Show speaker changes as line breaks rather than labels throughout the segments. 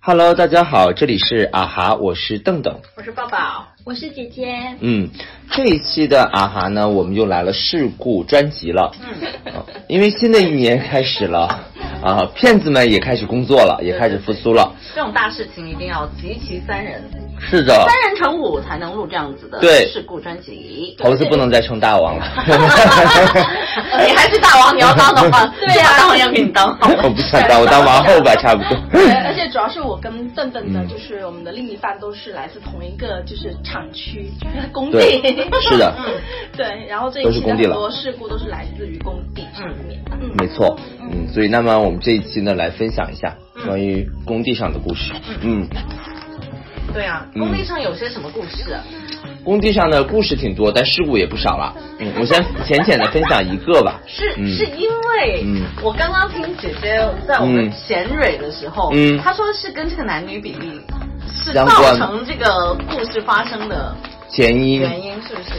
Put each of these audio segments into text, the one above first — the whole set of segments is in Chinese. Hello，大家好，这里是啊哈，我是邓邓。
我是抱抱，
我是姐姐，
嗯，这一期的啊哈呢，我们又来了事故专辑了。嗯，因为新的一年开始了，啊，骗子们也开始工作了，也开始复苏了。
这种大事情一定要集齐三人，
是的，
三人成虎才能录这样子的
对
事故专辑。
猴子不能再称大王了。
你还是大王，你要当的 话，对呀、大王要给你当好
啊我
了。
不想当，我当王后吧，差不 多。
对，而且主要是我跟笨笨的，
嗯
就是我们的另一半都是来自同一个就是厂区工地
对，是的，
对，然后这
都
一
是
期的
工地
很
了
多事故都是来自于工地上面的，嗯，
没错，嗯，所以那么我们这一期呢，来分享一下关于工地上的故事。嗯，
对啊，工地上有些什么故事啊？
嗯
工地上的故事挺多，但事故也不少了。嗯，我先浅浅的分享一个吧。
是、
嗯
是因为
嗯
我刚刚听姐姐在我们闲蕊的时候，
嗯
她说是跟这个男女比例是
相
造
关
成这个故事发生的
前因
原因，是不是？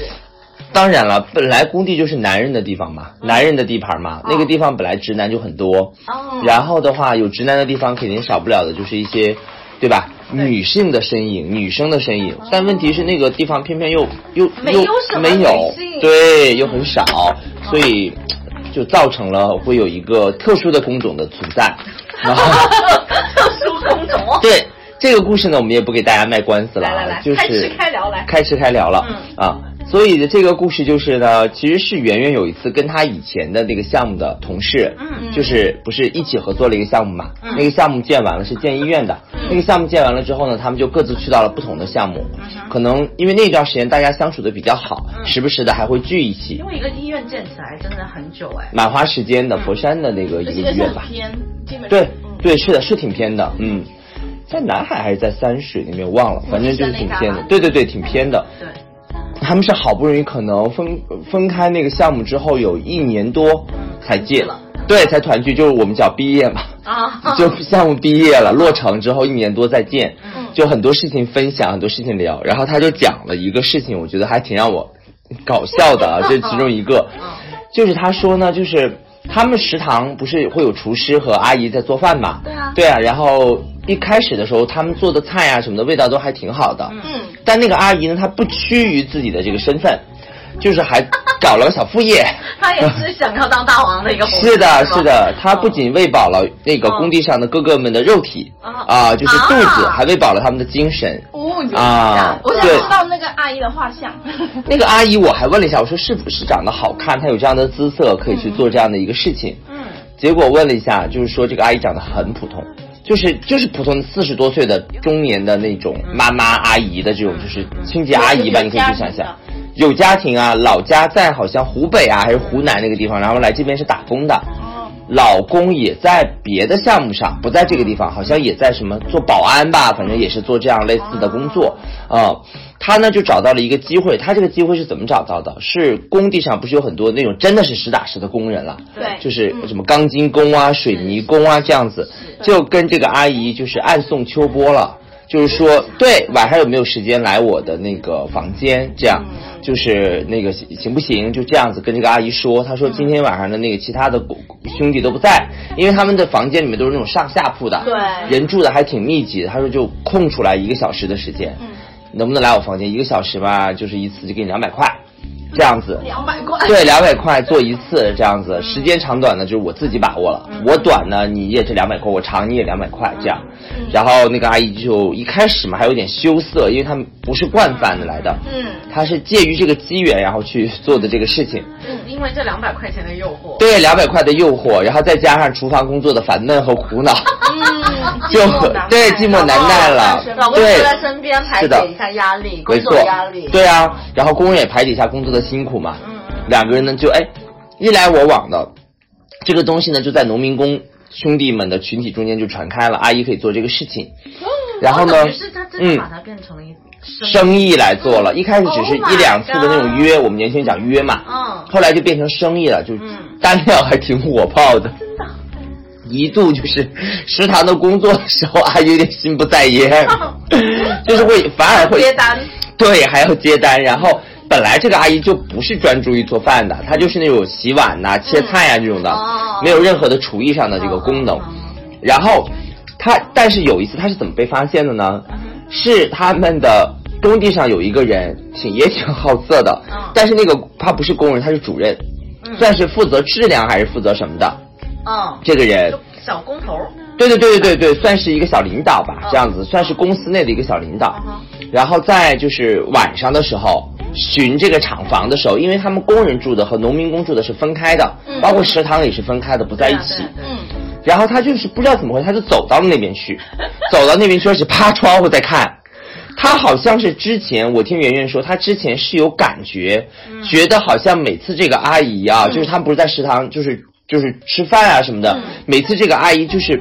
当然了，本来工地就是男人的地方嘛，
嗯
男人的地盘嘛，那个地方本来直男就很多，
哦
然后的话有直男的地方肯定少不了的就是一些，对吧？女性的身影，女生的身影，但问题是那个地方偏偏又又
嗯没
又
有什么
没有
女性，嗯
对，又很少，所以就造成了会有一个特殊的工种的存 在，然后
特殊工种。
对这个故事呢，我们也不给大家卖官司了啊，
来来来
就是
开吃开聊来嗯
开吃开聊了、啊。所以这个故事就是呢，其实是圆圆有一次跟她以前的那个项目的同事，
嗯
就是不是一起合作了一个项目嘛？
嗯
那个项目建完了是建医院的，那个项目建完了之后呢，他们就各自去到了不同的项
嗯
目，可能因为那段时间大家相处的比较好，时不时的还会聚一起
因，为一个医院建起来真的很久哎、
蛮花时间的。佛山的那个
而
一
且
个医
是
院
很
吧，
偏，基本
对
嗯
对，是的，是挺偏的，嗯，在南海还是在三水那边忘了，反正就是挺偏的，对对对，挺偏的。
对，
他们是好不容易可能分分开那个项目之后有一年多才见
了，
对，才团聚，就是我们叫毕业嘛，
啊，
就项目毕业了，落成之后一年多再见，
嗯
就很多事情分享，很多事情聊。然后他就讲了一个事情，我觉得还挺让我搞笑的啊，这是其中一个，
嗯
就是他说呢，就是他们食堂不是会有厨师和阿姨在做饭嘛？对啊，对啊。然后一开始的时候，他们做的菜啊什么的味道都还挺好的，嗯。但那个阿姨呢，她不屈于自己的这个身份，就是还搞了个小副 业。
他也是想要当大王的一个猴子。
是的，
吗
是的，
哦
他不仅喂饱了那个工地上的哥哥们的肉体
啊
啊，就是肚子，
啊
还喂饱了他们的精神
哦，有
啊。
我想
对
知道那个阿姨的画 像，
那个阿姨，我还问了一下，我说是不是长得好看，她有这样的姿色，可以去做这样的一个事情。
嗯，
结果问了一下，就是说这个阿姨长得很普通，就是就是普通四十多岁的中年的那种妈妈阿姨的这种，就是清洁阿姨吧，
嗯
你可以去想
有家庭
想
的。
有家庭啊，老家在好像湖北啊还是湖南那个地方，然后来这边是打工的，
哦，
老公也在别的项目上，不在这个地方，好像也在什么做保安吧，反正也是做这样类似的工作啊、他呢就找到了一个机会，他这个机会是怎么找到的？是工地上不是有很多那种真的是实打实的工人了，
对
就是什么钢筋工啊、水泥工啊这样子，就跟这个阿姨就是暗送秋波了。就是说，对，晚上有没有时间来我的那个房间？这样，就是那个行行不行？就这样子跟这个阿姨说，她说今天晚上的那个其他的狗兄弟都不在，因为他们的房间里面都是那种上下铺的，
对
人住的还挺密集的。她说就空出来一个小时的时间，能不能来我房间一个小时吧？就是一次就给你两百块，这样子。
两百块，
对，两百块做一次这样子，时间长短呢就是我自己把握了。我短呢，你也是两百块；我长你也两百块这样。然后那个阿姨就一开始嘛还有点羞涩，因为她不是惯犯的来的，
嗯，
她是介于这个机缘然后去做的这个事情。
就因为这两百块钱的诱惑，
对，两百块的诱惑，然后再加上厨房工作的烦闷和苦恼，
嗯，
就对寂寞难耐了
哦
老公
对
就在身边排
是的
解一下压力，工
没错
作压力。，嗯
对啊，然后工人也排解一下工作的辛苦嘛。两个人呢就哎，你来我往的，这个东西呢就在农民工兄弟们的群体中间就传开了，阿姨可以做这个事情。然后呢
于是他，真的
嗯
把，它变成了一生意。
生意来做了。一开始只是
Oh my
一两次的那种
God
约，我们年轻人讲约嘛，
嗯
后来就变成生意了，就
嗯
单料还挺火爆的。一度就是食堂的工作的时候，阿姨有点心不在 焉，就是会反而会
接单，
对， 还要接单。然后本来这个阿姨就不是专注于做饭的，她就是那种洗碗呐、切菜啊这种的
嗯哦，
没有任何的厨艺上的这个功能
哦哦哦。
然后。他但是有一次他是怎么被发现的呢？是他们的工地上有一个人挺也挺好色的，
嗯
但是那个他不是工人，他是主任，算是负责质量还是负责什么的？
嗯，
这个人
就小工头儿，
对对对对对对，算是一个小领导吧，这样子算是公司内的一个小领导。然后在就是晚上的时候巡这个厂房的时候，因为他们工人住的和农民工住的是分开的，包括食堂也是分开的，不在一起。
嗯，
然后他就是不知道怎么回事，他就走到了那边去，走到那边去而且趴窗户在看。他好像是之前我听圆圆说，他之前是有感觉，觉得好像每次这个阿姨啊，就是他们不是在食堂，就是就是吃饭啊什么的，每次这个阿姨就是。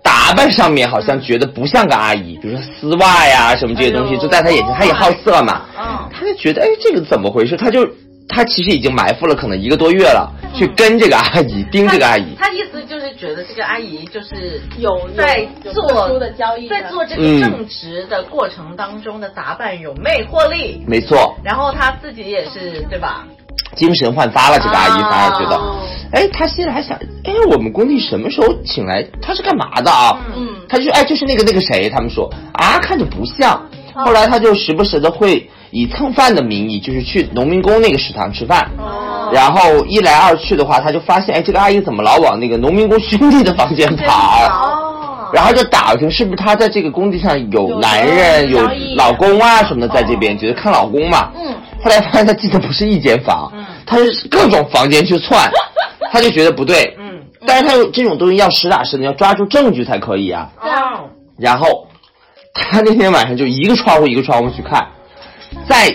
打扮上面好像觉得不像个阿姨，比如说丝袜呀、什么这些
哎
东西，就在他眼前，他也好色嘛，
嗯
他就觉得哎这个怎么回事？他就他其实已经埋伏了可能一个多月了，去跟这个阿姨盯这个阿姨，
他意思就是觉得这个阿姨就是
有
在
有
做
特殊的交易的
在做这个
嗯
正职的过程当中的打扮有魅惑力，
没错。
然后他自己也是对吧？
精神焕发了，这个阿姨反而觉得
哦，
哎，她心里还想，哎，我们工地什么时候请来？她是干嘛的啊？嗯，她就说，哎，就是那个那个谁，他们说啊，看着不像。后来她就时不时的会以蹭饭的名义，就是去农民工那个食堂吃饭。
哦
然后一来二去的话，她就发现，哎，这个阿姨怎么老往那个农民工兄弟的房间跑？
哦，
然后就打听是不是她在这个工地上有男人、有
有交易
老公啊什么的在这边，觉得看老公嘛。嗯。后来发现她进的不是一间房，嗯，她是各种房间去窜，她就觉得不对。
嗯。
但是她有这种东西要实打实的，要抓住证据才可以啊。
哦，
然后她那天晚上就一个窗户一个窗户去看，在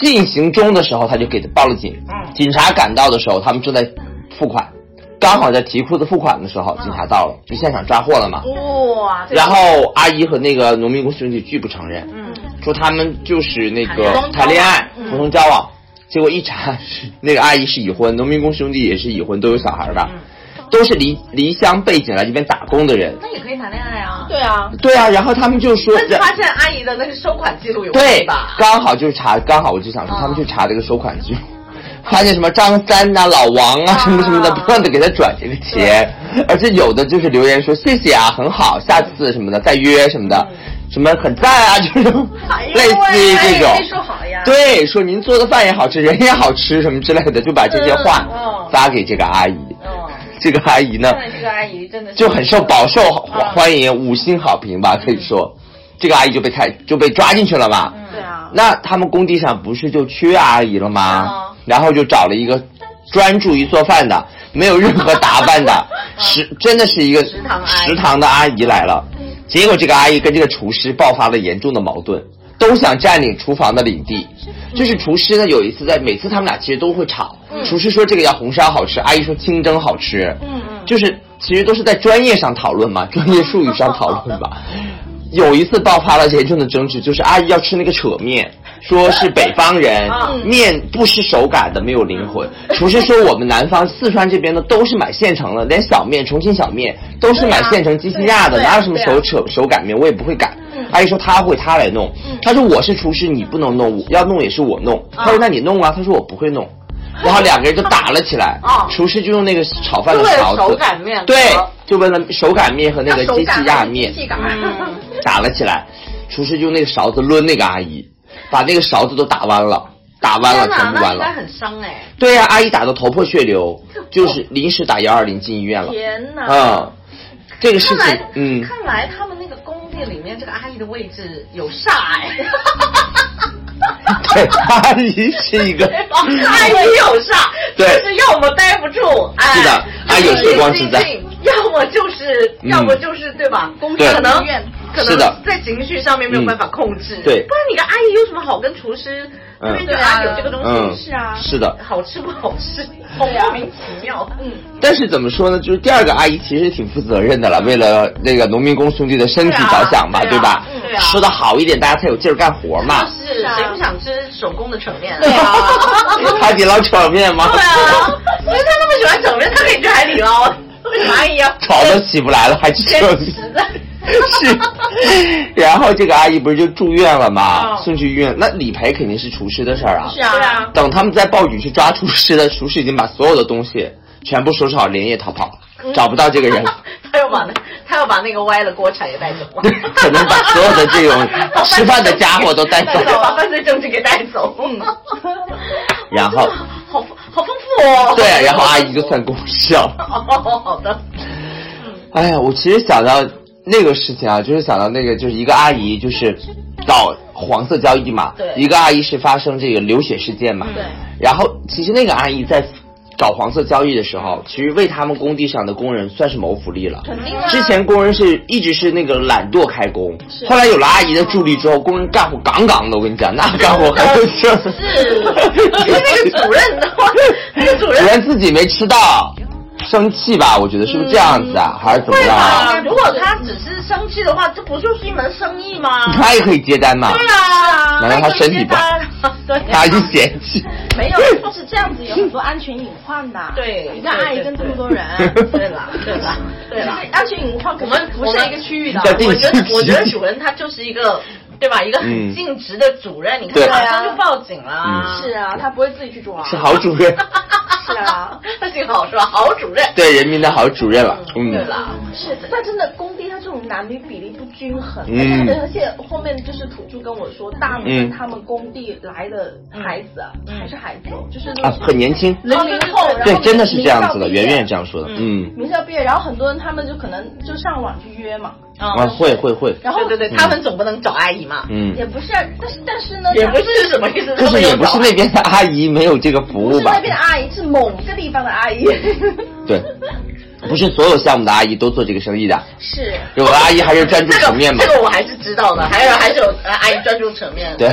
进行中的时候，她就给他报了警。
嗯
警察赶到的时候，他们正在付款，刚好在提裤子付款的时候，警察到了，就现场抓获了嘛。
哇，这个
然后阿姨和那个农民工兄弟拒不承认，
嗯，
说他们就是那
普
个
通交往
谈恋爱、
嗯
普通交往。结果一查，是那个阿姨是已婚，农民工兄弟也是已婚，都有小孩的，都是离离乡背景来这边打工的人。
那也可以谈恋爱啊。
对啊，
对啊，然后他们就说，
但是发现阿姨的那个收款记录有问
对
题吧？，啊
刚好就是查，刚好我就想说，他们去查这个收款记录， 发现什么张三呐、老王啊什么什么的，
啊
不断的给他转这个钱，而且有的就是留言说谢谢啊，很好，下次什么的再约什么的，
嗯
什么很赞啊， 这种
哎
类似于这种。
好呀
对，说您做的饭也好吃，人也好吃，什么之类的，就把这些话
嗯哦
发给这个阿姨。
哦，
这个阿姨呢，
看来这个阿姨真的是
就很受饱受
嗯
欢欢迎，五星好评吧，可以说，这个阿姨就被开就被抓进去了嘛。
嗯
对啊，
那他们工地上不是就缺阿姨了
哦
吗？然后就找了一个专注于做饭的，没有任何打扮 的，食真的是一个
嗯食堂阿姨
食堂的阿姨来了。结果这个阿姨跟这个厨师爆发了严重的矛盾，都想占领厨房的领地。
哎嗯
就是厨师呢，有一次在每次他们俩其实都会吵，厨师说这个要红烧好吃，阿姨说清蒸好吃。嗯嗯，就是其实都是在专业上讨 论嘛，专业术语上讨论吧。有一次爆发了严重的争执，就是阿姨要吃那个扯面，说是北方 人
嗯
面不施手擀的，没有灵 魂。厨师说我们南方四川这边的都是买现成的，连小面重庆小面都是买现成机器压的，
对啊嗯
哪有什么手扯手擀面？我也不会擀。阿姨说她会，她来弄。她说我是厨师，你不能弄，我要弄也是我弄。她说那你弄啊，她说我不会弄。然后两个人就打了起来
哦，
厨师就用那个炒饭的
就为了
勺子，
手擀面
对
和，啊
就为了手擀面和那个机器压面，嗯
机器感，
打了起来，厨师就用那个勺子抡那个阿姨，把那个勺子都打弯了，打弯了，
天
全
哪，
部
那
弯
应该
了。
很伤哎。
对呀、阿姨打得头破血流，就是临时打幺二零进医院了。
天哪！
嗯，这个事
看
情
来，，
嗯，
看来他们那个宫殿里面这个阿姨的位置有煞哎。
对，阿姨是一个，
阿姨有煞，
对
就是要么待不住，哎，
是的阿姨有血光之灾
就是静静要么就是，
嗯
要么就是对吧？宫
对
殿可能可
是的嗯
能在情绪上面没有办法控制，
对
不然你个阿姨有什么好跟厨师
嗯
那边的阿姨有这个东
嗯，
西，啊
是的。
好吃不好吃，好莫名其妙，嗯，
但是怎么说呢？就是第二个阿姨其实挺负责任的了，为了那个农民工兄弟的身体着想嘛，
对啊
对吧
嗯对？啊
吃的好一点，大家才有劲儿干活嘛。
是啊谁不想吃手工的扯面？
对 啊
海底捞炒面吗？
对啊，所以他那么喜欢整人，他可以去海底捞，啊为什么阿姨要
吵都起不来了，还去吃面？是， 然后这个阿姨不是就住院了吗？
哦
送去医院，那理赔肯定是厨师的事儿啊。
是啊
对啊
等他们再报警去抓厨师的，厨师已经把所有的东西全部收拾好，连夜逃跑。
嗯
找不到这个 人，
他又把那他又把那个歪的锅铲也带走啊了，
可能把所有的这种吃饭的家伙都带走
带走 把犯罪证据给带走。嗯，
然后
好好丰富哦。
对，然后阿姨就算跟我笑。
哦，好的，
哎呀，我其实想到那个事情啊，就是想到那个，就是一个阿姨就是搞黄色交易嘛，
对
一个阿姨是发生这个流血事件嘛，
对，
然后其实那个阿姨在搞黄色交易的时候，其实为他们工地上的工人算是谋福利了。
肯定啊，
之前工人是一直是那个懒惰开工，后来有了阿姨的助力之后，工人干活杠杠的。我跟你讲，那干活还有劲儿。
是那个主任的话，那个主
主
任。
任自己没吃到，生气吧？我觉得是不是这样子啊？还是怎么
对
样啊？
吧？如果他只是生气的话，这不就是一门生意吗？
他也可以接单嘛？
对啊，
难道他身体不好？
对啊，
他就嫌弃。
没有，就是这样子，有很多安全隐患的。
对
一个阿
对
姨
对
跟这么多人，
对了，对了，对了
就是。安全隐患，
我
可
们
能
不
不
是
是
一
一
个
个
区域的
的，
我觉得
在这个
我觉得
区域
主任他就是一个，对吧？一个很
嗯
尽职的主任，你
对啊嗯
看马上就报警啦，
是啊，他不会自己去 抓。
是好主任，
是啊，
他幸好是吧？好主任，
对人民的好主任了。嗯，
对啦，
是，但真的工地它这种男女比例不均衡，
嗯
而且后面就是土著跟我说，大部
嗯
分他们工地来的孩子啊，还是孩子哦，就是
啊，很年轻。
零零后，然后
对，哦真的是这样子的，
名校毕业
圆圆也这样说的。嗯，
名校毕业，然后很多人他们就可能就上网去约嘛，
啊，
嗯，
会会会。
然后
对对对，他们总不能找阿姨嘛，
嗯
也，不是，但是但是呢，
也不是什么意思，
就
他
是
们有
也不是
找
那边的阿姨没有这个服
不
务
是那
吧？
边的阿姨，是某个地方的阿姨，
对，不是所有项目的阿姨都做这个生意的，
是啊
有的阿姨还是专注层面嘛
这。个我还是知道的，还有还是有呃阿姨专注层面，
对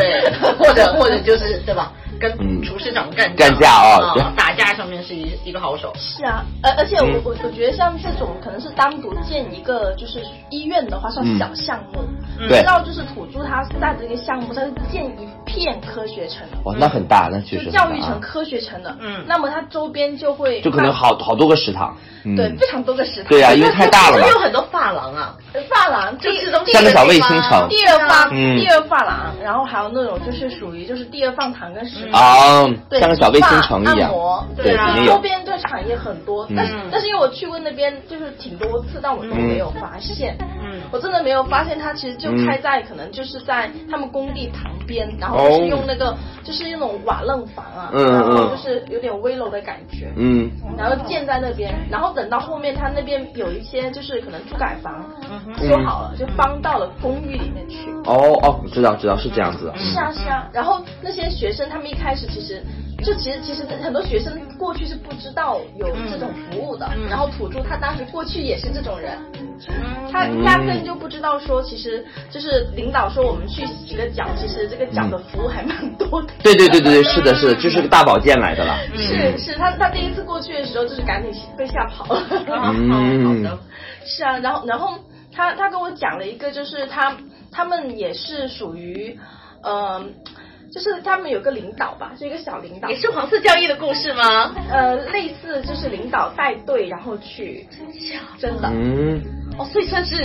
或者或者就是对吧，跟
嗯
厨师长干嗯
干架啊对
打架上面是一一个好手，
是啊，而而且我
嗯
我我觉得像这种可能是单独建一个就是医院的话算
嗯
小项目，
嗯
你
对
知道就是土著他在这个项目它是建一片科学城，
哇，那很大，那确
就
实很大
教育城、
啊，
科学城的，
嗯
那么它周边就会
就可能
发
好好多个食堂。嗯，
对非常多个食堂，
对呀，因 为太大了嘛
有。很多发廊啊，
发廊
就
就是是
从
像个小卫星城
第二发、
嗯
第二发廊，然后还有那种就是属于就是第二饭堂跟食堂。
啊，
对，
像个小卫星城一
按
样。
摩
对，
对啊
肯定
周
有。
边对产业很多，
嗯
但是但是因为我去过那边就是挺多次，但我都没有发现，
嗯
我真的没有发现它其实就
嗯
开在可能就是在他们工地旁边，然后
哦
就是用那个就是那种瓦楞房啊，
嗯
然后
嗯
就是有点危楼的感觉，
嗯，
然后建在那边，然后等到后面他那边有一些就是可能住改房
嗯
修好了，就搬到了公寓里面去。
哦哦，知道知道是这样子的。嗯
是啊是啊，然后那些学生他们一开始其实就其实其实很多学生过去是不知道有这种服务的，
嗯
然后土著他当时过去也是这种人，他
嗯
压根就不知道说其实就是领导说我们去洗个脚，其实这个脚的服务还蛮多的。
对对对对对，是的是的，就是个大保健来的了。
是是，他他第一次过去的时候就是赶紧被吓跑了。
嗯
好的，
是啊，然后然后他他跟我讲了一个，就是他他们也是属于，呃，就是他们有个领导吧，就一个小领导
也，是黄色教育的故事吗？
嗯
呃，类似就是领导带队然后去，真的，
嗯，
哦，所以算是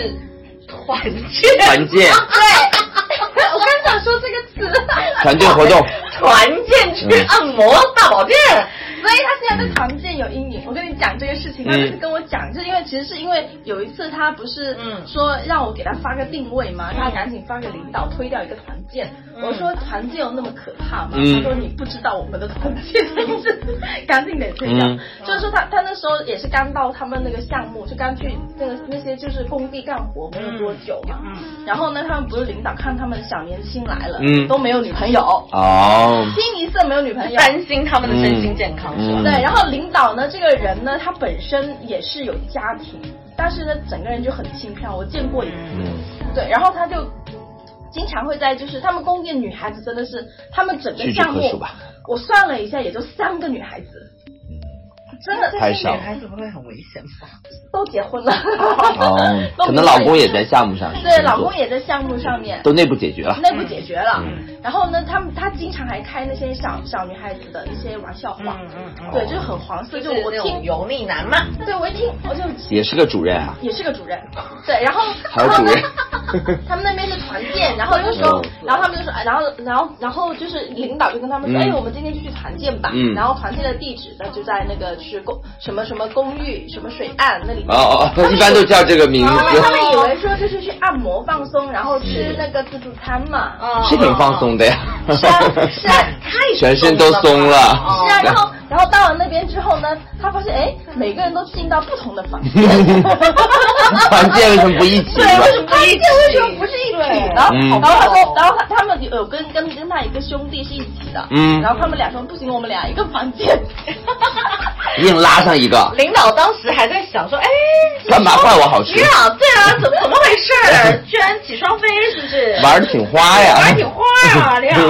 团建，
团建
对， 我刚想说这个词，
团建活 动，
团建去
嗯
按摩大保健，
所以他现在对团建有阴影。我跟你讲这个事
嗯
情，他就是跟我讲，就是因为其实是因为有一次他不是
嗯
说让我给他发个定位
嗯
嘛，让他赶紧发给领导推掉一个团建。我说团建有那么可怕吗？
嗯
他说你不知道我们的团建， 赶紧得推掉。
嗯
就是说他他那时候也是刚到他们那个项目，就刚去那个那些就是工地干活没有多久嘛。
嗯
然后呢，他们不是领导看他们小年轻来了，
嗯
都没有女朋友，
哦，
清一色没有女朋友，
担心他们的身心健康是吧？
嗯
对，然后领导呢，这个人呢，他本身也是有家庭，但是呢，整个人就很轻飘。我见过一次，
嗯，
对，然后他就经常会在就是他们工地的女孩子真的是，他们整个
屈指
项
可
目
数吧，
我算了一下，也就三个女孩子，真的
嗯太少
女。孩子不会很危险吗？
都结婚了，
哦，
都
可能老公也在项目上，
对，老公也在项目上面，
都内部解决了。
内部解决了。
嗯
然后呢，他们他经常还开那些小小女孩子的一些玩笑话，
嗯嗯
对，就是很黄色，就我
那
听
种油腻男嘛，
对，我一听我就
也是个主任啊，
也是个主任，对，然后
还有主任
他们那边是 团建，然后就说
嗯，
然后他们就说，哎然后然后然后就是领导就跟他们说，
嗯
哎，我们今天就去团建吧，
嗯
然后团建的地址呢就在那个区就是公什么什么公寓什么水岸那里面。
哦哦，一般都叫这个名字。
哦他们以为说就是去按摩放松，然后吃那个自助餐嘛。
哦
是挺放松的呀。
是啊是 啊，太
全身都松了。，
哦
是啊，然后然后到了那边之后呢，他发现哎，每个人都进到不同的房间
房间为什么不一起
对，为什么不一起？
为什么不是一起
然后，
嗯
然后他说，然后他他们有跟跟跟他一个兄弟是一起的，
嗯
然后他们俩说不行，我们俩一个房间。
硬拉上一个，
领导当时还在想说，哎，
干嘛怪我好吃
领导对啊，怎怎么回事儿？居然起双飞是不是？
玩的挺花哎呀。
玩挺花 啊，领导，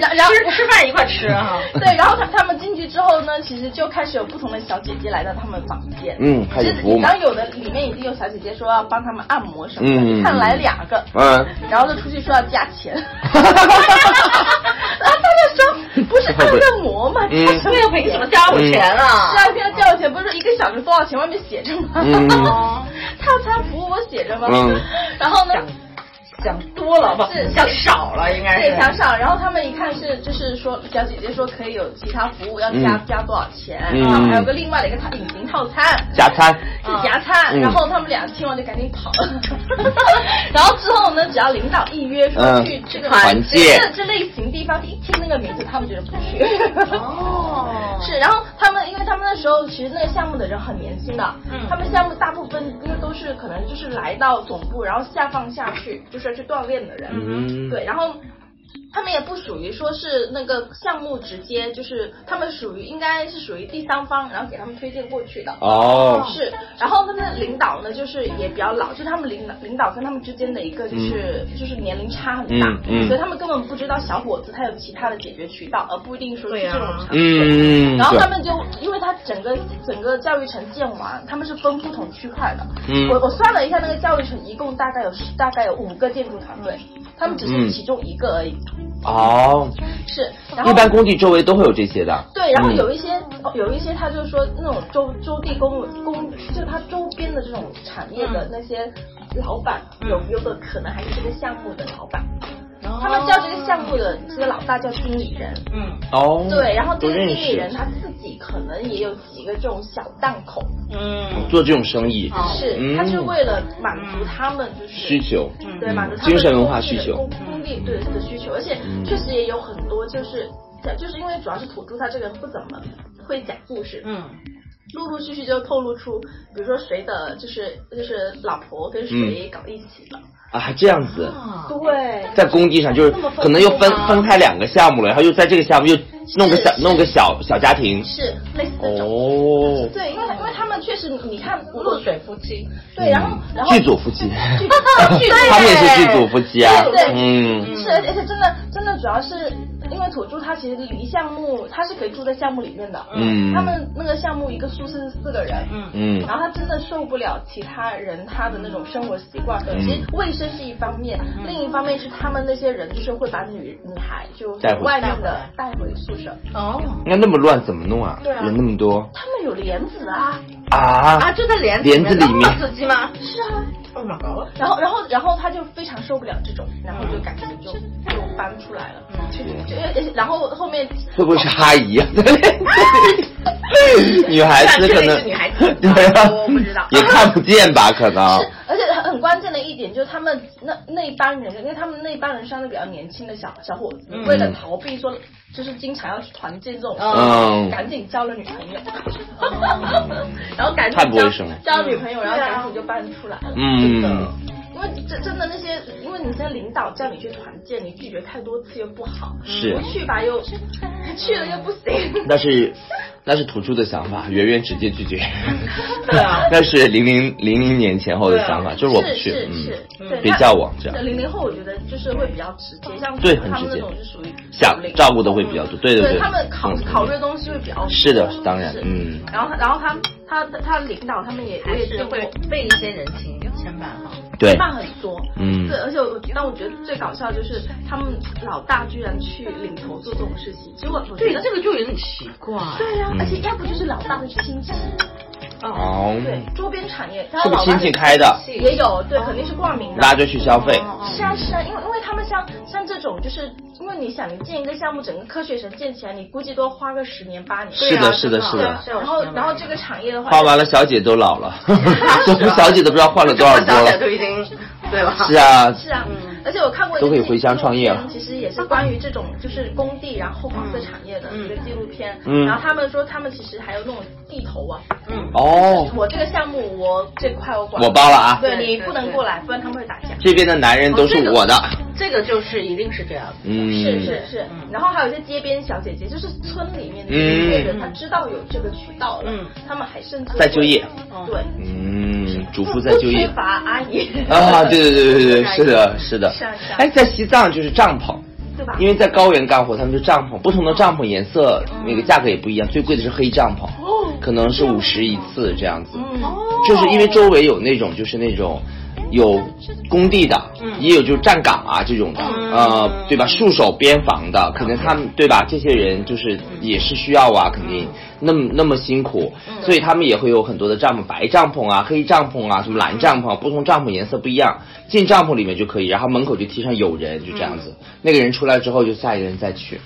然然后
吃吃饭一块吃啊哈。
对，然后他他们进去之后呢，其实就开始有不同的小姐姐来到他们房间。
嗯开
就
始
是
服务嘛
然后有的里面已经有小姐姐说要帮他们按摩什么的，
嗯
一看来两个，
嗯，
然后就出去说要加 钱。然后他就说不 是按个摩嘛，
嗯
加什么
为了凭什么加我钱啊
是？啊，要交钱，不是说一个小时多少钱，外面写着吗？
嗯
套餐服务我写着吗？
嗯
然后呢，
想多了吧？
是
想少了应该
对，想
是。
少，然后他们一看是就是说小姐姐说可以有其他服务要加、
嗯
加多少钱，
嗯
然后还有个另外的一个套隐形套餐。
加餐。
是夹餐，
嗯
然后他们俩听完就赶紧跑 了。然后之后呢，只要领导一约说
嗯
去这个
团建
这这类型地方，一听那个名字，他们觉得不去。
哦
是，然后他们，因为他们那时候其实那个项目的人很年轻的，
嗯
他们项目大部分因为都是可能就是来到总部，然后下放下去，就是去锻炼的人，
嗯
对，然后。他们也不属于说是那个项目直接，就是他们属于应该是属于第三方，然后给他们推荐过去的。
哦，
是，然后他们的领导呢，就是也比较老，就是他们领导领导跟他们之间的一个就是、就是年龄差很大，
嗯嗯嗯
所以他们根本不知道小伙子他有其他的解决渠道，而不一定说是
对啊
这种场所。
嗯，
然后
对
他们就，因为他整个整个教育城建完，他们是分不同区块的。
嗯
我我算了一下，那个教育城一共大概有十，大概有五个建筑团队，他们只
嗯
是其中一个而已。
哦，
是，然后
一般工地周围都会有这些的。
对，然后
嗯
有一些、哦有一些，他就是说那种周周地公公，就是他周边的这种产业的
嗯
那些老板，
嗯
有有的可能还是这个项目的老板，
他
哦
他们叫这个项目，的这个老大叫经理人。
嗯
哦，
对，然后
都
这个经
认
理人
识，
他自己可能也有几个这种小档口，
嗯，
做这种生意
哦
是，
嗯
他是为了满足他们就是
需求。
对，
嗯
满足他们
精神文化需求
工地的工地对的需求，而且
嗯
确实也有很多就是，就是因为主要是土著他这个人不怎么会讲故事，
嗯
陆陆续续就透露出，比如说谁的就是就是老婆跟谁
嗯
搞一起了，
啊，这样子。
啊，
对
在工地上，就是可能又分
那么丰富吗
分开两个项目了，然后又在这个项目又弄个小弄个小小家庭。
是类似这种。
哦，
对，因为因为他们确实，你看
落
落
水夫妻，
对，然后然后
剧组夫妻，
剧组剧组
他们也是剧组夫妻啊
对对。
嗯，
是，而且而且真的真的主要是因为土著他其实离项目他是可以住在项目里面的，
嗯
他们那个项目一个宿舍是四个人，
嗯
嗯
然后他真的受不了其他人他的那种生活习惯，
嗯
其实卫生是一方面，另一方面是他们那些人就是会把女女孩就
带回
外面的带回宿舍，
哦
那那么乱怎么弄啊？
对啊
人那么多
他们有帘子啊，
啊，
啊，
就在帘
帘子里面
那么刺激吗？
是啊，
Oh my god！
然后然后然后他就非常受不了这种，然后就赶紧就就搬出来了，
嗯
就就就然后后面
会不会是阿姨啊？女孩子可
这里
能
是女孩子
对啊，
我不知道
也看不见吧？可能
是，而且很很关键的一点就是他们那那一帮人，因为他们那一帮人相对比较年轻的小小伙子，
嗯
为了逃避说就是经常要去团建这种事，
嗯
赶紧交了女朋友，然后赶紧
太不
交
卫生了
交了女朋友，
嗯
然后
对啊
赶紧就搬出来了。
嗯，
因为真真的那些，因为你现在领导叫你去团建，你拒绝太多次又不好，
是
不去吧又去了又不行，
那是那是土著的想法，圆圆直接拒绝。
对啊，
那是零零零零年前后的想法，就是我不去，
啊是
嗯
是，对
别
他
叫我这样。
零零后我觉得就是会比较直接，像
对很
他们
直
那
接
种是属于
想
90
照顾的会比较多，对对，
他们考
嗯
考虑的东西会比较多
是的当然
是
嗯
然后他，然后他他他他领导他们也我
还
也
是
见过
会被一些人情牵绊哈。
对
骂很多，
嗯
对，而且我但我觉得最搞笑的就是他们老大居然去领头做这种事情，结果我觉
对
得，
这个就有点奇怪。
对呀、
嗯
而且要不就是老大的亲戚，
哦
对，周边产业，他
是不是
老外
亲戚开的？
也有，对，肯定是挂名的。
大家就去消费，
是啊是啊，因为因为他们像像这种，就是因为你想，你建一个项目，整个科学城建起来，你估计都要花个十年八年。
是的，是的，是
对
的
啊。
然后然后这个产业的话，
花完了，小姐都老 了， 我们小姐都不知道换了多少
我
波
小姐都
啊
了。
已经对吧？
是啊，
是啊，而且我看过一
都
个
可以
纪
回乡创业了
录片其实也是关于这种就是工地然后黄色产业的一个纪录片。
嗯
然后他们说他们其实还有那种地头啊，
嗯，
哦，
我这个项目我这块我管，
我包了啊，
对
对
你
对
不能
对
过来，不然他们会打架。
这边的男人都是我的，
这个就是一定是这样的。
嗯，
哦是是是
嗯，
然后还有一些街边小姐姐，就是村里面的一些人，
嗯
他知道有这个渠道了
嗯，
他们还甚至
再就业
嗯
对，
嗯，主妇
不
再就业
不缺乏阿姨
啊，对对对对对，是的，是的
是啊是啊，
哎，在西藏就是帐篷。
对吧？哦
因为在高原干活，他们就帐篷，不同的帐篷颜色那个价格也不一样，最贵的是黑帐篷，可能是五十一次这样子。
哦嗯，
就是因为周围有那种就是那种有工地的，也有就是站岗啊这种的，呃，对吧？戍守边防的，可能他们对吧？这些人就是也是需要啊，肯定那么那么辛苦，所以他们也会有很多的帐篷，白帐篷啊、黑帐篷啊、什么蓝帐篷，不同帐篷颜色不一样，进帐篷里面就可以，然后门口就贴上有人，就这样子。那个人出来之后，就下一个人再去。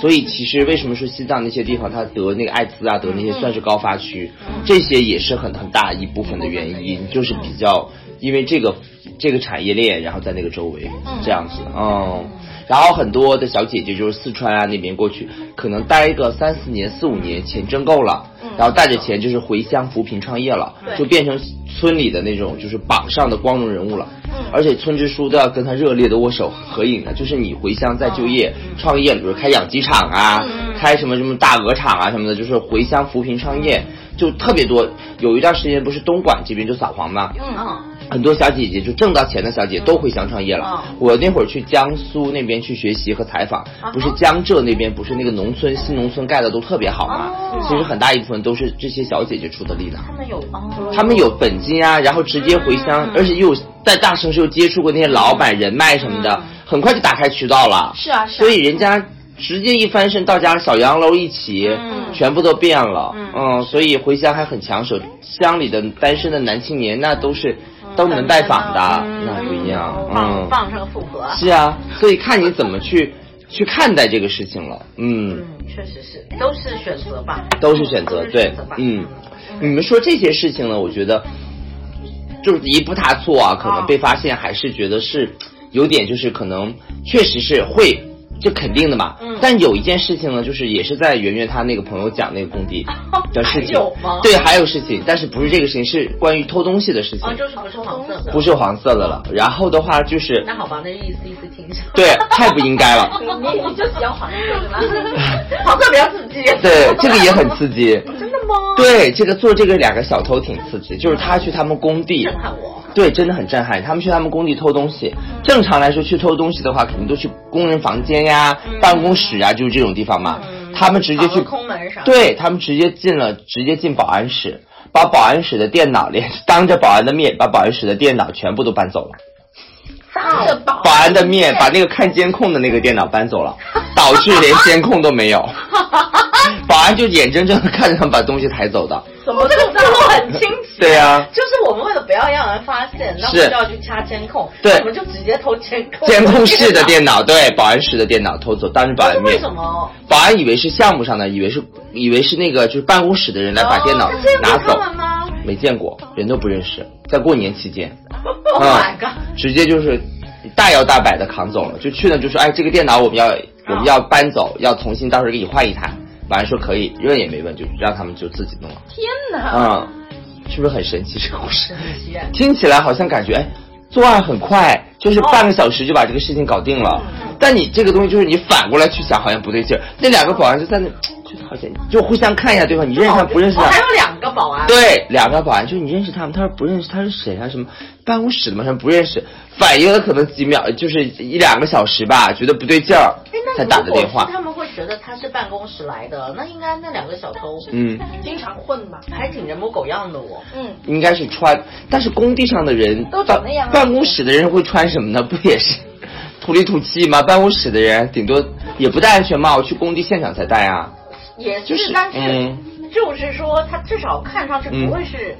所以其实为什么说西藏那些地方它得那个艾滋啊，得那些算是高发区，这些也是很很大一部分的原因，就是比较因为这个这个产业链，然后在那个周围这样子，嗯。然后很多的小姐姐就是四川啊那边过去，可能待个三四年、四五年，钱挣够了，然后带着钱就是回乡扶贫创业了，就变成村里的那种就是榜上的光荣人物了。而且村支书都要跟他热烈的握手合影的，就是你回乡再就业、创业，比如开养鸡场啊，开什么什么大鹅场啊什么的，就是回乡扶贫创业，就特别多。有一段时间不是东莞这边就扫黄吗？
嗯
很多小姐姐就挣到钱的小姐都回乡创业了。
嗯
我那会儿去江苏那边去学习和采访，不是江浙那边不是那个农村新农村盖的都特别好嘛，
哦
其实很大一部分都是这些小姐姐出的力量。
他们有哦，
他们有本金啊，然后直接回乡，
嗯
而且又有在大城市又接触过那些老板人脉什么的，很快就打开渠道了。
嗯是啊是啊
所以人家直接一翻身到家，小洋楼一起，
嗯
全部都变了。嗯所以回乡还很抢手，乡里的单身的男青年那都是登门拜访的，啊那不一样。嗯
嗯放，放上个富婆，
是啊，所以看你怎么去去看待这个事情了。嗯
嗯，确实是，都是选择吧，
都是选择，
都是
对
选择吧，
嗯，你们说这些事情呢，我觉得就是一步踏错啊，可能被发现还是觉得是有点，就是可能确实是会。这肯定的嘛，
嗯
但有一件事情呢，就是也是在圆圆她那个朋友讲那个工 地的事情
还有吗，
对，还有事情，但是不是这个事情，是关于偷东西的事情
哦，，就是不是黄色的，
不是黄色的了。然后的话就是，
那好吧，那意思意思听一下，
对，啊太不应该了，
你你就喜欢黄色的吗？
黄色比较刺激，
对，这个也很刺激，
真的吗？
对，这个做这个两个小偷挺刺激，就是他去他们工地，
震撼我，
对，真的很震撼。他们去他们工地偷东西，正常来说去偷东西的话，肯定都去工人房间呀、办公室啊，就是这种地方嘛。他们直接
跑
去
个嗯空嗯门啥的，
对他们直接进了，直接进保安室，把保安室的电脑连当着保安的面把保安室的电脑全部都搬走了。
当着保
保安的面把那个看监控的那个电脑搬 走了，导致连监控都没有。保安就眼睁睁的看着他们把东西抬走的。
怎么这个思路很清晰？
对呀
就是我们为了不要让人发现，那我们
是
就要去掐监控，
对
我们就直接偷监控
监控室的
电
电 脑，对，保安室的电脑偷走，当着保安
脑，这是哦为
面。
什么？
保安以为是项目上的，以为是以为是那个就是办公室的人来把电脑
哦那见过
拿走
他们 吗，
没见过，人都不认识，在过年期间，
Oh my
嗯
god！
直接就是大摇大摆的扛走了，就去了就说，哎，这个电脑我们要我
Oh
们要搬走，要重新到时候给你换一台。保安说可以，问也没问，就让他们就自己弄了。
天哪！
嗯，是不是很神奇这个故事？
奇啊
听起来好像感觉哎，作案很快，就是半个小时就把这个事情搞定了。
嗯
但你这个东西就是你反过来去想，好像不对劲儿。那两个保安就在那，就是好像就互相看一下对方，你认识他不认识
哦，还
他。
有两个保安，
对，两个保安就是你认识他们，他说不认识，他是谁啊？什么办公室的吗？什么不认识？反应了可能几秒，就是一两个小时吧，觉得不对劲儿
哎那
才打的电话
如果是。他们会觉得他是办公室来的，那应该那两个小偷，
嗯，
经常混吧，
还挺人模狗样的哦我。
嗯，
应该是穿，但是工地上的人
都
办
长那样啊
办公室的人会穿什么呢？不也是土里土气吗？办公室的人顶多也不戴安全帽，去工地现场才戴啊。
也是，
就是
但是、
嗯
就是说他至少看上去不会是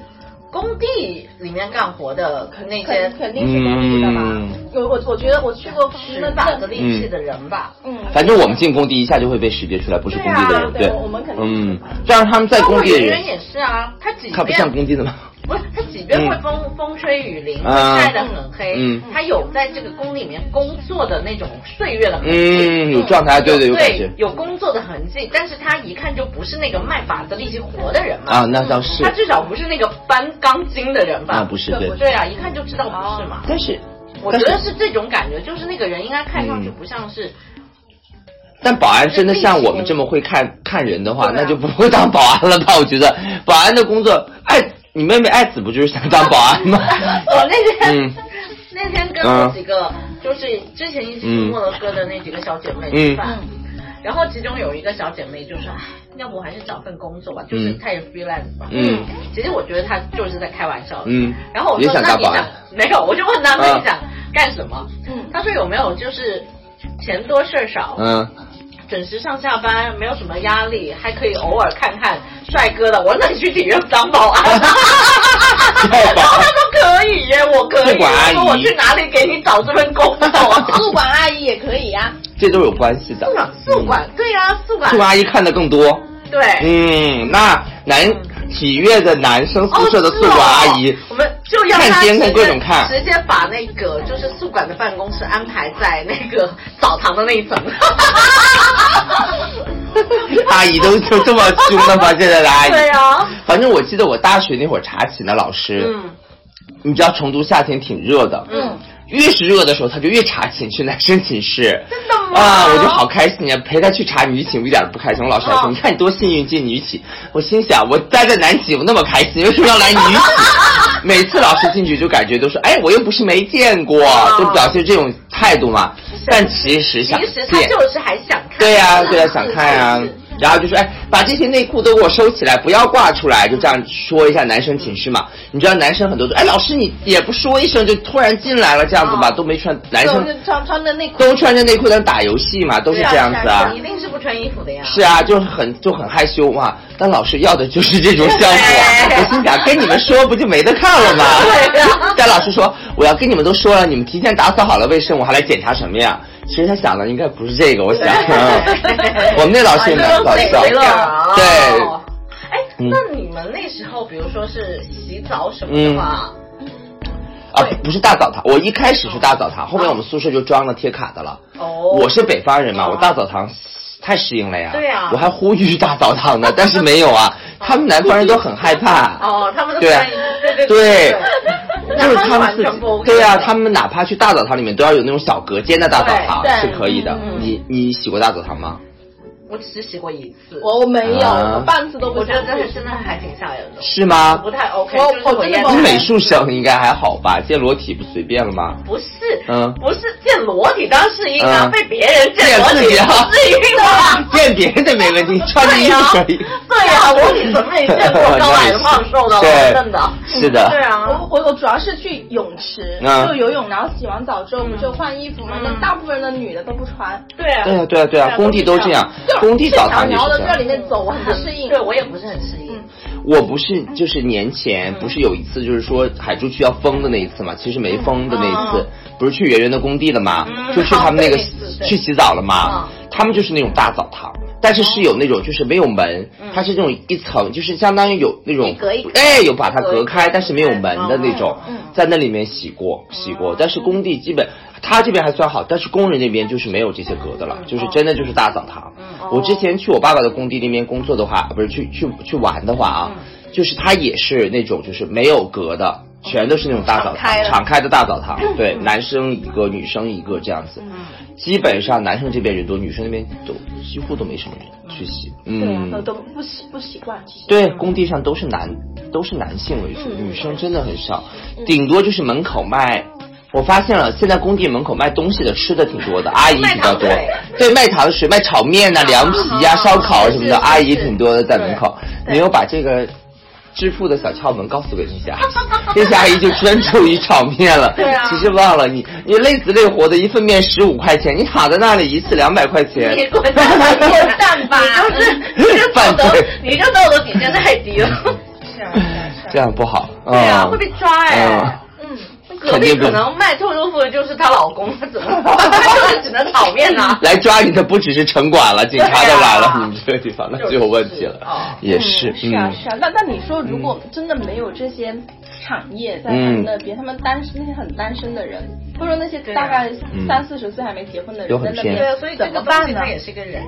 工地里面干活的那些
肯肯定是工地的吧
嗯？
有我我觉得我去过
使
那
把子
那
力气的人吧。
嗯，
反正我们进工地一下就会被识别出来不是工地的人，
对啊对我们肯定
嗯，这样他们在
包
工
括
地
有
的
的
人
人，也是啊，他即
他不像工
便
地的吗？
不是他即便会风、风吹雨淋，会
啊
晒得很黑，
嗯
他有在这个宫里面工作的那种岁月的痕迹。
嗯，有状态，对对，有感觉
有工作的痕迹，但是他一看就不是那个卖把子力气活的人嘛。
啊，那倒是
他，至少不是那个搬钢筋的人吧？
那不是对，哦
对啊，一看就知道不是嘛。
但是
我觉
但
得是这种感觉，就是那个人应该看上去
嗯
不像是，
但保安真的像我们这么会看看人的话，
啊
那就不会当保安了吧？我觉得保安的工作，爱你妹妹爱子不就是想当保安吗？
我哦那天、
嗯
那天跟我几个、就是之前一起去莫洛哥的那几个小姐妹
嗯
吃饭。然后其中有一个小姐妹就说：“哎，要不我还是找份工作吧，就是
嗯
她也 freelance 嘛。”
嗯，
其实我觉得她就是在开玩笑。
嗯
然后我
也
说：“
想
那
当
你
保安
想没有？”我就问她：“那
啊
你想干什么？”
嗯
她说：“有没有就是钱多事儿少，
嗯，
准时上下班，没有什么压力，还可以偶尔看看帅哥的。我说那你去体院当保安。
要
然
吧
后他说可以耶，我可以。
宿管阿
我
姨
说我去哪里给你找这份工作？啊
宿管阿姨也可以啊 呀、
这都有关系的
宿。管，宿管，对啊，宿管
嗯宿，管阿姨看的更多。
对。
嗯，那男体院的男生
哦
宿舍的宿管阿姨
是哦，我们就要
看
他
监
直
控
接
各种看
直接把那个就是宿管的办公室安排在那个澡堂的那一层。
阿姨都就这么凶了吗？现在的 阿姨？
哦对啊，
反正我记得我大学那会儿查寝的老师，
嗯
你知道成都夏天挺热的，
嗯，
越是热的时候，他就越查寝去男生寝室。
真的吗？
啊，我就好开心呀！陪他去查女寝，我一点都不开心。我老师还说：“
哦
你看你多幸运进女寝。”我心想，我待在男寝，我那么开心，为什么要来 女寝？每次老师进去就感觉都说：“哎，我又不是没见过。
哦
就表现这种态度嘛。但其实想
其实他
见，
就是还想看。
对呀、对呀、想看呀、
是是
然后就说，哎，把这些内裤都给我收起来，不要挂出来，就这样说一下男生寝室嘛。你知道男生很多都，哎，老师你也不说一声就突然进来了，这样子吧，
哦
都没穿，男
就
生
是穿穿着内裤。
都穿着内裤在那打游戏嘛，都是这样子
对
啊
你一。定是不穿衣服的呀。
是啊，就是很就很害羞嘛，但老师要的就是这种效
对
果。我心想，跟你们说不就没得看了吗？
对呀
但老师说，我要跟你们都说了，你们提前打扫好了卫生，我还来检查什么呀？其实他想的应该不是这个，我啊 想，嗯我们那老师也蛮搞笑
对
的，对，
哎，
嗯
那你们那时候，比如说是洗澡什么
嗯
的话，
啊，不是大澡堂，我一开始是大澡堂，后面我们宿舍就装了贴卡的了。
哦，
我是北方人嘛，
哦
我大澡堂太适应了呀。
对啊
我还呼吁大澡堂呢，但是没有啊，他们南方人都很害怕。
哦，他们都
对啊
穿，对对
对
对，
就是他们
完
自
全
己
不 OK，
对啊，他们哪怕去大澡堂里面都要有那种小隔间的大澡堂
对
是
对
可以的
嗯。嗯
你你洗过大澡堂吗？
我只洗过一次，
我我没有，
啊
我半次都不
我觉得
想
真的
去。
真的还挺吓人的，
是吗
不？太 OK，
我
就是
我真的
烟
不
你
太
美术生应该还好吧？见裸体不随便了吗？
不是，
嗯
不是见裸体当适应啊，
嗯
被别人见裸体
见自己啊
不适应啊。
见别人的没问题，穿着衣服可以。
对呀、我你怎么也见过高矮胖瘦的，我
对
真的。
是的
对啊，
我我我主要是去泳池，
嗯
就游泳，然后洗完澡之后不就换衣服吗？
嗯
但大部分的女的都不穿，
对啊
对啊，对啊，对啊，工地都这样，工地澡堂
你
也
要
是
的
这
这里
样。
面走，我很不适
嗯
应
对。我也不是很适应。
我不是就是年前不是有一次就是说海珠区要封的那一次嘛，其实没封的那一次，不是去圆圆的工地了嘛，
嗯
就去他们那个
哦对那次对
去洗澡了嘛，他们就是那种大澡堂。但是是有那种，就是没有门，它是这种一层，就是相当于有那种
一格一格，
哎，有把它隔
隔一
开，
格
但是没有门的那种，在那里面洗
哦
过，洗过。但是工地基本，他这边还算好，但是工人那边就是没有这些隔的了，
嗯哦
就是真的就是大澡堂。我之前去我爸爸的工地那边工作的话，不是去去去玩的话啊，
嗯
就是他也是那种就是没有隔的，全都是那种大澡
哦敞开
堂，
的
敞开的大澡 堂，对，男生一个，女生一个这样子。
嗯
嗯
基本上男生这边人多，女生那边都几乎都没什么人去洗。
对啊，
嗯
都，都不习不习惯。其实
对，工地上都是男都是男性为主，
嗯
女生真的很少，顶多就是门口卖。我发现了，现在工地门口卖东西的、吃的挺多的，阿姨比较多
哦卖糖水。
对，卖糖水、卖炒面呐、凉皮呀、
啊
烧烤什么
是是
的，阿姨挺多的在门口。没有把这个致富的小窍门告诉给那些阿姨，那些阿姨就专注于炒面了。
对啊
其实忘了你，你累死累活的一份面十五块钱，你躺在那里一次两百块钱。
你滚 蛋吧，你滚蛋吧！ 你就是你这道德，你这道德底线太低了。
是啊，是啊
这样不好。
嗯对啊，
嗯
会被抓哎。
嗯，
隔壁可能卖臭豆腐的就是她老公，她怎么办？她就是只能啊炒面呐。
来抓你的不只是城管了，警察都来了，
对啊
你们这个地方那就有问题了。
哦
也是，
是啊
嗯
是啊。那那你说，如果真的没有这些产业在他
嗯
们那边，他们单身那些很单身的人，或者说那些
对啊
大概
嗯
三四十岁还没结婚的
都
人
很
在那
偏
边，
对啊，所以这
怎
个东
么办
西
呢
它？也是一个人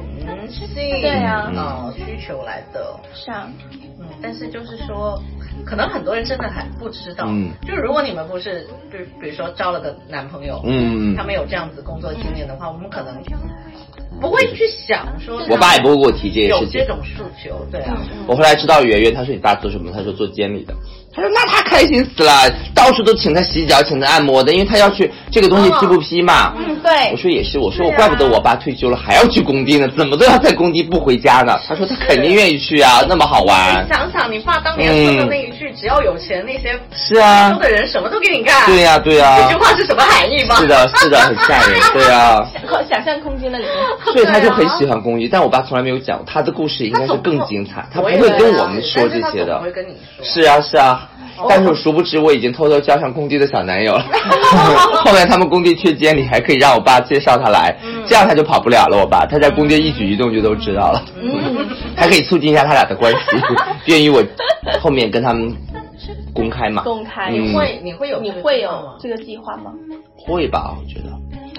性
对啊
呃需求来的。
是啊，
嗯，但是就是说，可能很多人真的还不知道。
嗯
就如果你们不是，就比如说交了个男朋友，
嗯，
他们有这样子工作经验的话，我们可能
嗯
不会去想说
啊
我爸也不会给我提这些
有
事情
这。种诉求，对
嗯
啊。
我后来知道圆圆，她说你爸做什么？她说做监理的。她说那她开心死了，到处都请她洗脚，请她按摩的，因为她要去这个东西批不批嘛。
嗯对
我说也是，我
啊
说我怪不得我爸退休了还要去工地呢，怎么都要在工地不回家呢？她说她肯定愿意去啊，那么好玩
你。哎想想，你爸当年说的那一句“只要有钱，那些
是嗯啊
州，的人什么都给你干”，
对呀、对呀、
这句话是什么含义吧？
是的，是的，很吓人，对啊呀、
啊
可想象空间那里面，
所以他就很喜欢公寓，但我爸从来没有讲，他的故事应该是更精彩，他
他
不
总
会
不
跟我们说这些
但是他总
的
不。会跟哦你说。
是啊是啊，但是我殊不知我已经偷偷交上工地的小男友 了。后来他们工地缺监理，还可以让我爸介绍他来，
嗯
这样他就跑不了了。我爸他在工地一举一动就都知道了，
嗯
还可以促进一下他俩的关 系，便于我后面跟他们公开嘛。
公开
嗯
你会你会有
你
这个
会
计划吗
有这个计划吗？
会吧，我觉得。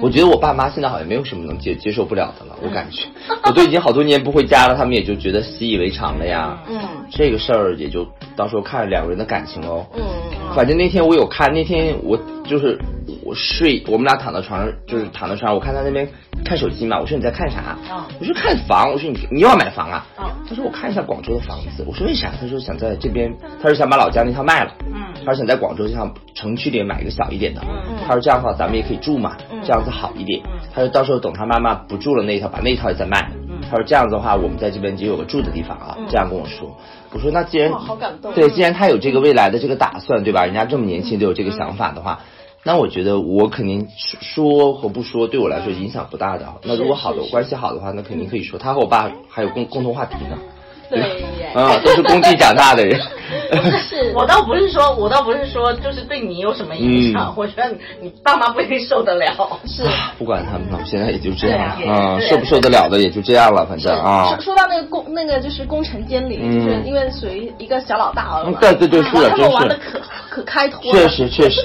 我觉得我爸妈现在好像没有什么能接接受不了的了，我感觉，我都已经好多年不回家了，他们也就觉得习以为常了呀。
嗯
这个事儿也就到时候看两个人的感情喽。
嗯嗯
反正那天我有看，那天我就是我睡，我们俩躺到床上，就是躺到床上，我看他那边看手机嘛，我说你在看啥？
啊
嗯
我说看房，我说你你又要买房啊？
嗯
他说我看一下广州的房子，我说为啥？他说想在这边，他说想把老家那套卖了，
嗯
他说想在广州这趟城区里买一个小一点的，
嗯
他说这样的话咱们也可以住嘛，
嗯
这样子好一点。他说到时候等他妈妈不住了那一套，把那一套也再卖。
嗯
他说这样子的话，我们在这边就有个住的地方啊，这样跟我说。我说那既然
哇好感动啊
对，既然他有这个未来的这个打算，对吧？人家这么年轻就有这个想法的话，那我觉得我肯定说说和不说对我来说影响不大的。啊那如果好的关系好的话，那肯定可以说。他和我爸还
嗯
有共共同话题呢，
对耶
啊、都是工地长大的人。
是
我倒 不是说，我倒不是说，就是对你有什么影响。
嗯
我觉得你你爸妈不一定受得 了。
是。
不管他们了，现在也就这样了，
对啊
嗯，
对
受不受得了的也就这样了，反正啊
说，说到那个工，那个就是工程监理，
嗯
就是因为属于一个小老大儿
嗯
嘛，
对对对，是
哇
的，
他
真
们玩的
是，
可可开脱了，
确实确实，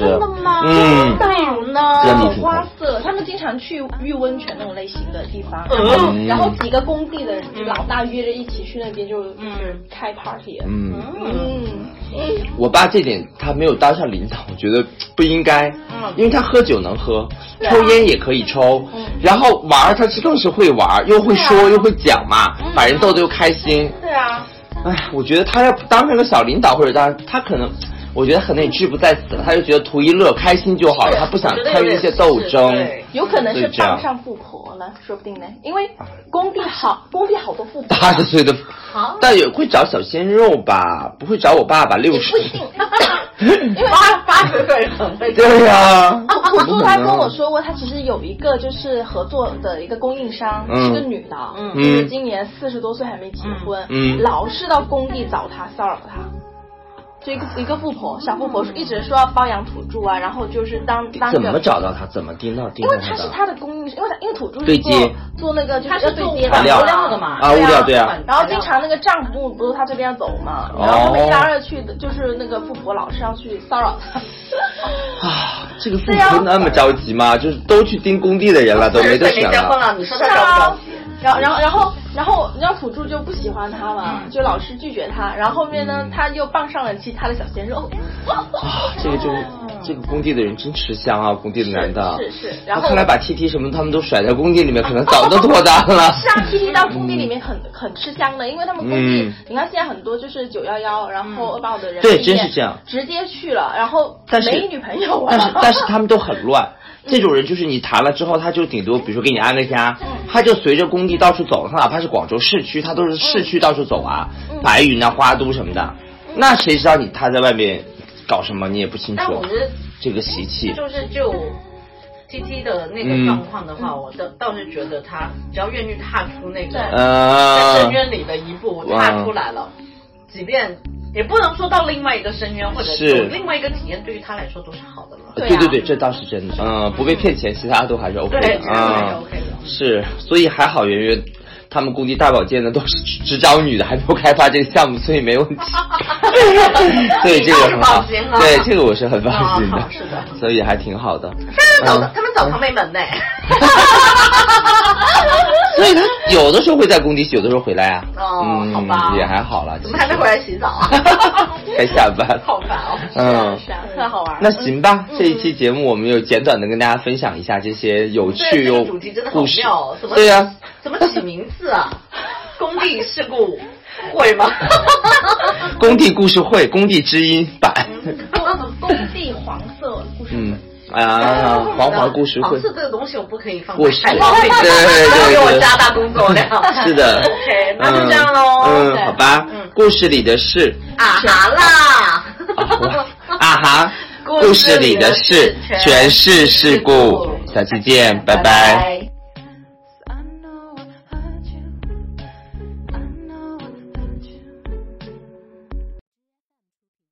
嗯
真，的有呢，
真的
好
挺
花色。他们经常去浴温泉那种类型的地方，
嗯
然后几个工地的老大约着一起去那边就
嗯
就是开 party。
嗯，
嗯，
我爸这点他没有当上领导，我觉得不应该，
嗯
因为他喝酒能喝，
啊
抽烟也可以抽，然后玩儿他是更是会玩儿，又
啊
会说又会讲嘛，
嗯
把人逗得又开心，
对啊，
哎，我觉得他要当成个小领导，或者当他可能，我觉得可能也志不在此了，他就觉得图一乐，开心就好了，
是
他不想
我觉得有
参与
点
一些斗
是
争。
对
有可能
所
是
以这样
傍上富婆了，说不定呢，因为
啊
工地好，工地好多富婆。
八十 岁的
啊，
但也会找小鲜肉吧，不会找我爸爸六十
不。一定，
八
啊
八十岁很 会。
对呀、怎么
土著哦他
可能
跟啊我说过，他其实有一个就是合作的一个供应商，
嗯
是个女的，
嗯
就是今年四十多岁还没结婚，
嗯嗯
老是到工地找他骚扰他。就一
啊
个一个富婆，小富婆一直说要包养土著啊，然后就是当当
怎么
个，
找到他？怎么盯到盯
因
到
为他是
的？
他的供应商，因为他因为土著
对
是
接
做做那个就
他
是要
是
对
做
接
材
的
管
料
物料的嘛？
啊物料对啊
管
然后经常那个账目不是他这边走嘛，然后他们一来二去的，就是那个富婆老是要去骚扰他。
啊，这个富婆那么着急吗？就是都去盯工地的人了，都没得
没
选
结婚了，你说
是
他着
啊
不着急？，
然后然后然后然后你知道土著就不喜欢他嘛，
嗯
就老是拒绝他，然后后面呢他又傍上了其他的小鲜 肉，
啊，这个就这个工地的人真吃香啊，工地的男的。
哦是是，然
那
后
看来把 TT 什么他们都甩在工地里面，可能早都脱单 了。
是啊，T T 到工地里面很很吃香的，因为他们工地，
嗯
你看现在很多就是九幺幺，然后二八五的人
对
毕业
真是这样
直接去了，然后
但是
没女朋友啊，嗯
但是但是他们都很乱。这种人就是你谈了之后，他就顶多比如说给你安个家，他就随着工地
嗯
到处走，他哪怕是广州市区，他都是市区到处走啊，白云啊、花都什么的。那谁知道你他在外面搞什么，你也不清楚。
但我觉得
这个习气
就是就 T T 的那个状况的
嗯
话，我倒倒是觉得他只要愿意踏出那个
嗯呃
在深渊里的一步，踏出来了，即便。也不能说到另外一个深渊，或者
是
另外一个体验，对于他来说都是好的嘛。
对
对
对对，这倒是真的。嗯，不被骗钱，其他都还是 OK
对，
的啊。
OK 的。
是，所以还好圆圆他们工地大保健的都是 只只招女的，还没有开发这个项目，所以没问 题。对这个很好，对这个我是很放心的，
哦是的。
所以还挺好的。嗯
他们走，他们走堂妹门呢。
所以他有的时候会在工地，有的时候回来啊。
哦，好吧
嗯，，也还好啦。
怎么还没回来洗澡 啊？
该下班。
好烦哦。
嗯。
是啊，特好玩。
那行吧，
嗯
这一期节目我们又简短的跟大家分享一下这些有趣
对这
又
个主题真的好
故事
妙哦，怎么
对呀，
怎么 起名字啊？工地事故会吗？
工地故事会，工地知音版，
工工地黄色故事
嗯 啊，黄黄故事会
黄，色哦这个东西我不可以放在
故事，
海
对
报里，
对
不要
对
给我
对，
加大工作量。
是的
OK，
嗯
那就这样喽。
嗯，
对
好吧
嗯，
故事里的 事，
啊哈
啊
啦
哈，啊哈，故事里的事，全是事故，下期见，拜拜。